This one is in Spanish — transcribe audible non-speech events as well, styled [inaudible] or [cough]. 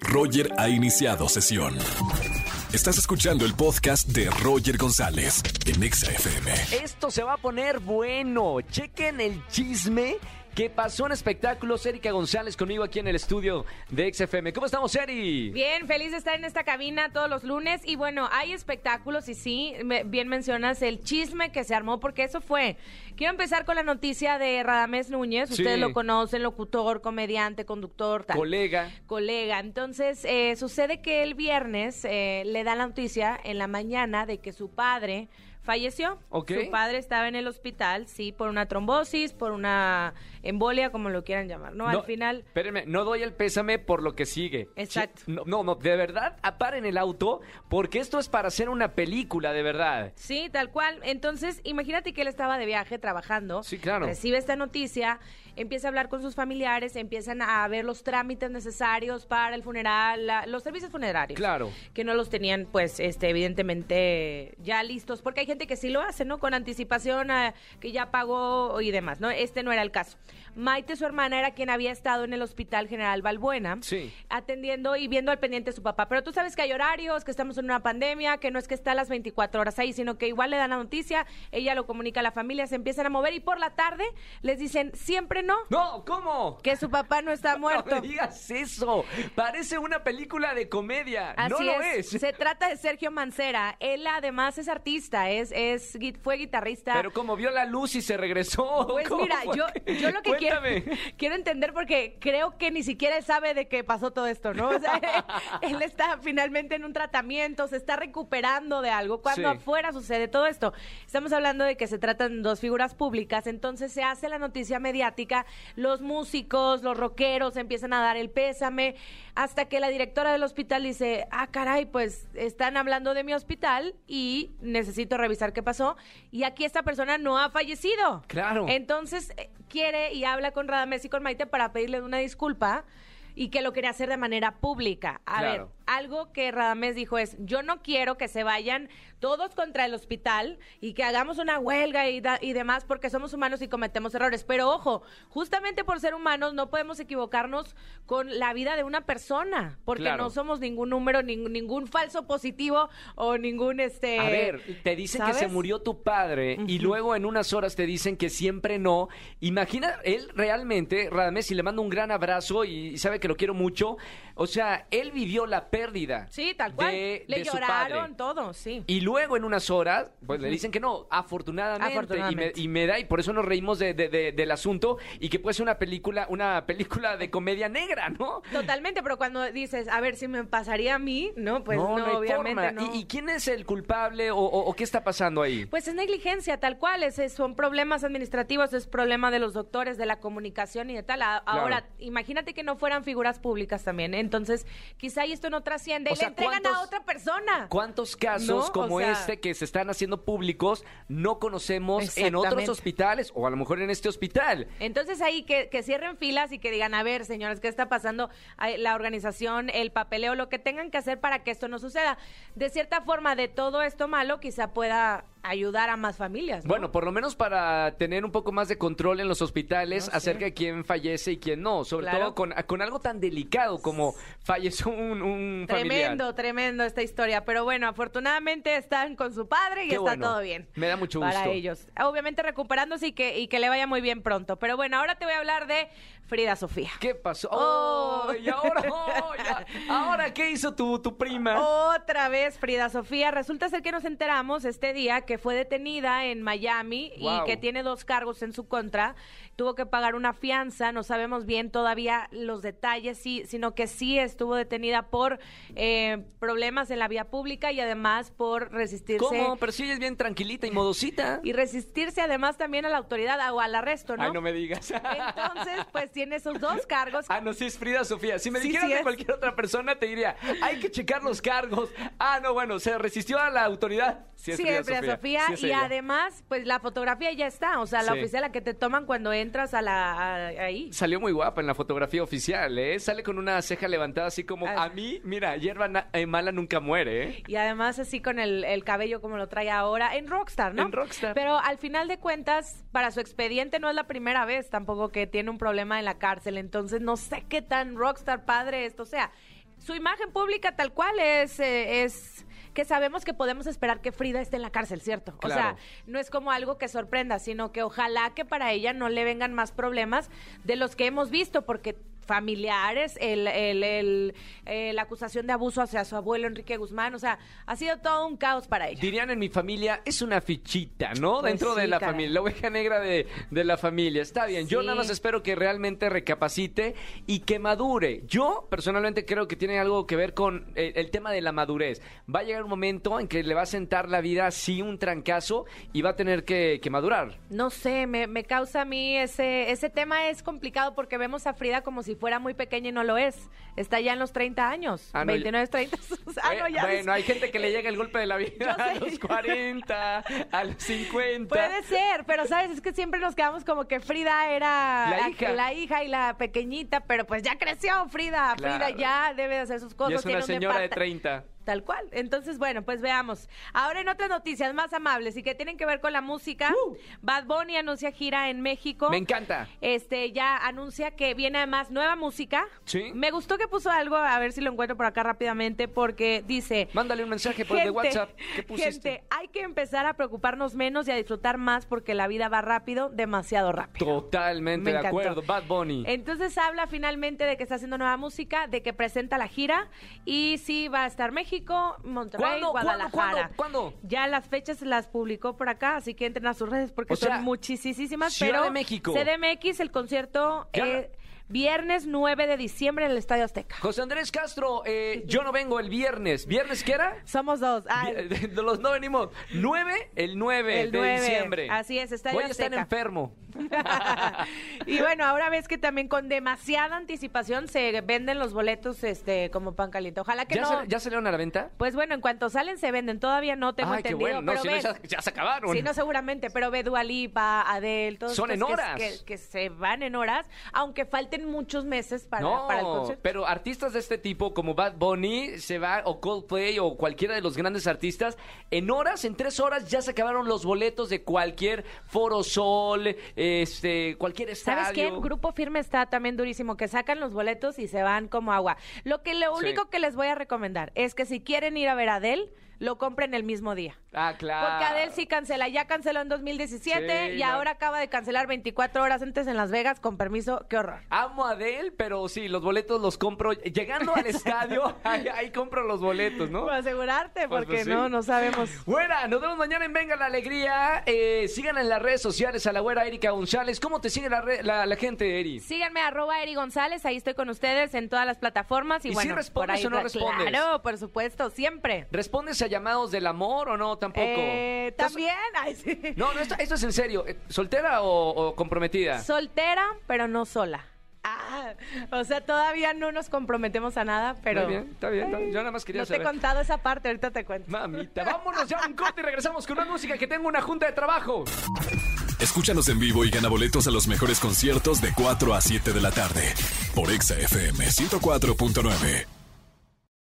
Roger ha iniciado sesión. Estás escuchando el podcast de Roger González en Exa FM. Esto se va a poner bueno. Chequen el chisme que pasó en espectáculos. Erika González conmigo aquí en el estudio de XFM. ¿Cómo estamos, Eri? Bien, feliz de estar en esta cabina todos los lunes. Y bueno, hay espectáculos y sí, me- bien mencionas el chisme que se armó, porque eso fue. Quiero empezar con la noticia de Radamés Núñez. Sí. Ustedes lo conocen, locutor, comediante, conductor, tal. Colega. colega. Entonces, eh, sucede que el viernes eh, le da la noticia en la mañana de que su padre falleció. Ok. Su padre estaba en el hospital, sí, por una trombosis, por una embolia, como lo quieran llamar, ¿no? Al final... Espérenme, no doy el pésame por lo que sigue. Exacto. Chi- No, no, no, de verdad, aparen el auto, porque esto es para hacer una película, de verdad. Sí, tal cual. Entonces, imagínate que él estaba de viaje trabajando. Sí, claro. Recibe esta noticia, empieza a hablar con sus familiares, empiezan a ver los trámites necesarios para el funeral, la- los servicios funerarios. Claro. Que no los tenían, pues, este, evidentemente ya listos. Porque hay gente que sí lo hace, ¿no? Con anticipación, a- que ya pagó y demás, ¿no? Este no era el caso. Maite, su hermana, era quien había estado en el Hospital General Balbuena Sí. atendiendo y viendo al pendiente de su papá. Pero tú sabes que hay horarios, que estamos en una pandemia, que no es que está a las 24 horas ahí, sino que igual le dan la noticia, ella lo comunica a la familia, se empiezan a mover y por la tarde les dicen siempre no, No, ¿cómo? que su papá no está muerto. [laughs] No me digas eso. Parece una película de comedia. no lo es. Se trata de Sergio Mancera. Él además es artista, es, es gui- fue guitarrista. Pero como vio la luz y se regresó. [laughs] Pues ¿cómo mira, fue? yo, yo lo que quiero, Cuéntame. [laughs] quiero entender porque creo que ni siquiera él sabe de qué pasó todo esto, ¿no? [laughs] O sea, él está finalmente en un tratamiento, se está recuperando de algo, cuando Sí. afuera sucede todo esto. Estamos hablando de que se tratan dos figuras públicas, entonces se hace la noticia mediática, los músicos, los rockeros empiezan a dar el pésame, hasta que la directora del hospital dice, ah, caray, pues están hablando de mi hospital y necesito revisar qué pasó, y aquí esta persona no ha fallecido. Claro. Entonces eh, quiere y habla con Radamés y con Maite para pedirle una disculpa y que lo quería hacer de manera pública. A Claro. ver, algo que Radamés dijo es, yo no quiero que se vayan todos contra el hospital y que hagamos una huelga y, da- y demás porque somos humanos y cometemos errores. Pero ojo, justamente por ser humanos no podemos equivocarnos con la vida de una persona porque Claro. no somos ningún número, ning- ningún falso positivo o ningún este... A ver, te dicen que se ¿sabes? murió tu padre y luego en unas horas te dicen que siempre no. Imagina, él realmente, Radamés, y le mando un gran abrazo y sabe que lo quiero mucho. O sea, él vivió la pérdida. Sí, tal cual. de- Le de su lloraron padre. todo, sí. Y luego en unas horas, pues le dicen que no, afortunadamente. Afortunadamente. Y, me, y me da, y por eso nos reímos de- de- de- del asunto y que puede ser una película, una película de comedia negra, ¿no? Totalmente, pero cuando dices, a ver si me pasaría a mí, no, pues no, hay obviamente forma. no. ¿Y, y quién es el culpable o, o- o qué está pasando ahí? Pues es negligencia, tal cual, es, es- son problemas administrativos, es problema de los doctores, de la comunicación y de tal. A- Claro. Ahora, imagínate que no fueran figuras públicas también, ¿eh? entonces quizá y esto no trasciende O y sea, le entregan ¿cuántos- a otra persona. ¿Cuántos casos No, como o sea- este que se están haciendo públicos no conocemos en otros Exactamente. hospitales o a lo mejor en este hospital? Entonces ahí que, que cierren filas y que digan, a ver, señores, ¿qué está pasando? Ay, La organización, el papeleo, lo que tengan que hacer para que esto no suceda. De cierta forma, de todo esto malo, quizá pueda ayudar a más familias. ¿no? Bueno, por lo menos para tener un poco más de control en los hospitales No sé. acerca de quién fallece y quién no, sobre Claro. todo con, con algo tan delicado como falleció un, un familiar. Tremendo, tremendo esta historia. Pero bueno, afortunadamente están con su padre y Qué está bueno. todo bien. Me da mucho gusto. Para ellos. Obviamente recuperándose y que, y que le vaya muy bien pronto. Pero bueno, ahora te voy a hablar de Frida Sofía. ¿Qué pasó? Oh. ¡Oh! y ahora, oh, ya- ahora qué hizo tu, tu prima? Otra vez Frida Sofía. Resulta ser que nos enteramos este día que fue detenida en Miami Wow. y que tiene dos cargos en su contra. Tuvo que pagar una fianza, no sabemos bien todavía los detalles, sí, sino que sí estuvo detenida por eh, problemas en la vía pública y además por resistirse. ¿Cómo? Pero si ella es bien tranquilita y modosita. [laughs] Y resistirse además también a la autoridad ah, o al arresto, ¿no? Ay, no me [laughs] digas. Entonces, pues tiene esos dos cargos. [laughs] Ah, no, sí es Frida Sofía. Si me Sí, dijeran sí de es. cualquier otra persona, te diría, hay que checar los cargos. Ah, no, bueno, se resistió a la autoridad. Sí, es Sí, Frida, de Frida Sofía. Sofía. Sí es y ella. además, pues la fotografía ya está. O sea, la Sí. oficial la que te toman cuando entras a la a- ahí. Salió muy guapa en la fotografía oficial, ¿eh? Sale con una ceja levantada así como, Ah. a mí, mira, hierba na- eh, mala nunca muere, ¿eh? Y además así con el, el cabello como lo trae ahora en Rockstar, ¿no? En Rockstar. Pero al final de cuentas, para su expediente no es la primera vez tampoco que tiene un problema en la cárcel. Entonces no sé qué tan Rockstar padre esto sea. su imagen pública tal cual es, eh, es que sabemos que podemos esperar que Frida esté en la cárcel, ¿cierto? O Claro. sea, no es como algo que sorprenda, sino que ojalá que para ella no le vengan más problemas de los que hemos visto, porque familiares, el, el- el- eh, la acusación de abuso hacia su abuelo Enrique Guzmán, o sea, ha sido todo un caos para ella. Dirían en mi familia, es una fichita, ¿no? Pues Dentro sí, de la caray. familia, la oveja negra de, de la familia. Está bien, yo Sí. nada más espero que realmente recapacite y que madure. Yo personalmente creo que tiene algo que ver con eh, el, tema de la madurez. Va a llegar un momento en que le va a sentar la vida así un trancazo y va a tener que, que madurar. No sé, me, me causa a mí ese, ese tema es complicado porque vemos a Frida como si fuera muy pequeña y no lo es. Está ya en los 30 años, Ah, no, 29, 30. [laughs] Ah, Eh, no, ya bueno, hay ves. gente que le llega el golpe de la vida a [laughs] Yo sé. los 40, a los 50. Puede ser, pero sabes, es que siempre nos quedamos como que Frida era La hija. la hija y la pequeñita, pero pues ya creció Frida, Frida Claro. ya debe de hacer sus cosas. Y es una tiene un señora de departa- 30. Tal cual. Entonces, bueno, pues veamos. Ahora en otras noticias más amables y que tienen que ver con la música, Bad Bunny anuncia gira en México. Uh. Me encanta. Este ya anuncia que viene además nueva música. Sí. Me gustó que puso algo, a ver si lo encuentro por acá rápidamente, porque dice. Mándale un mensaje por el de WhatsApp. ¿Qué pusiste? Gente, hay que empezar a preocuparnos menos y a disfrutar más porque la vida va rápido, demasiado rápido. Totalmente Me de encantó. acuerdo. Bad Bunny. Entonces habla finalmente de que está haciendo nueva música, de que presenta la gira y sí va a estar México, Monterrey, ¿Cuándo? ¿Cuándo? Guadalajara. ¿Cuándo? ¿Cuándo? Ya las fechas las publicó por acá, así que entren a sus redes porque O sea, son muchísimas. Ciudad pero de México. CDMX, el concierto Ya. eh, viernes 9 de diciembre en el Estadio Azteca. José Andrés Castro, eh, yo no vengo el viernes. ¿Viernes qué era? Somos dos. Ay. Vi- [laughs] de Los no venimos. 9, el 9 El de 9, diciembre. así es, Estadio Voy a estar Azteca. enfermo. y bueno, ahora ves que también con demasiada anticipación se venden los boletos este como pan caliente. Ojalá que ¿Ya, no. sal- ya salieron a la venta? Pues bueno, en cuanto salen se venden, todavía no tengo Ay, qué entendido, bueno. No, pero si no, ve- ya, ya se acabaron. Sí, no, seguramente, pero ve Dua Lipa, Adele, todos Son estos en que- horas. Que, que se van en horas, aunque falten muchos meses para, No, para el concierto. pero artistas de este tipo como Bad Bunny se va o Coldplay o cualquiera de los grandes artistas en horas, en tres horas ya se acabaron los boletos de cualquier Foro Sol, este, cualquier estadio. ¿Sabes qué? Grupo Firme está también durísimo, que sacan los boletos y se van como agua. Lo que lo Sí. único que les voy a recomendar es que si quieren ir a ver a Adele, lo compren el mismo día. Ah, claro. Porque Adele sí cancela, ya canceló en 2017 Sí, y la- ahora acaba de cancelar 24 horas antes en Las Vegas, con permiso, qué horror. Amo a Adele, pero sí, los boletos los compro. Llegando al [laughs] estadio, ahí, ahí compro los boletos, ¿no? Para asegurarte, Pues, porque pues, sí. no, no sabemos. Güera, nos vemos mañana en Venga la Alegría. Eh, sigan en las redes sociales a la güera Erika González. ¿Cómo te sigue la, re- la, la gente, Eri? Síganme arroba Eri González, ahí estoy con ustedes en todas las plataformas y, ¿Y si bueno, por respondes ahí o no tra- respondes? Claro, por supuesto, siempre. ¿Respondes a llamados del amor o no tampoco? Eh, ¿Estás- También, ay, sí. No, no, esto, esto es en serio. Eh, ¿Soltera o, o comprometida? Soltera, pero no sola. Ah, o sea, todavía no nos comprometemos a nada, pero Muy bien, está bien. está bien. Yo nada más quería no te he saber. contado esa parte, ahorita te cuento. Mamita, vámonos ya a un corte y regresamos con una música que tengo una junta de trabajo. Escúchanos en vivo y gana boletos a los mejores conciertos de 4 a 7 de la tarde por Exa FM 104.9.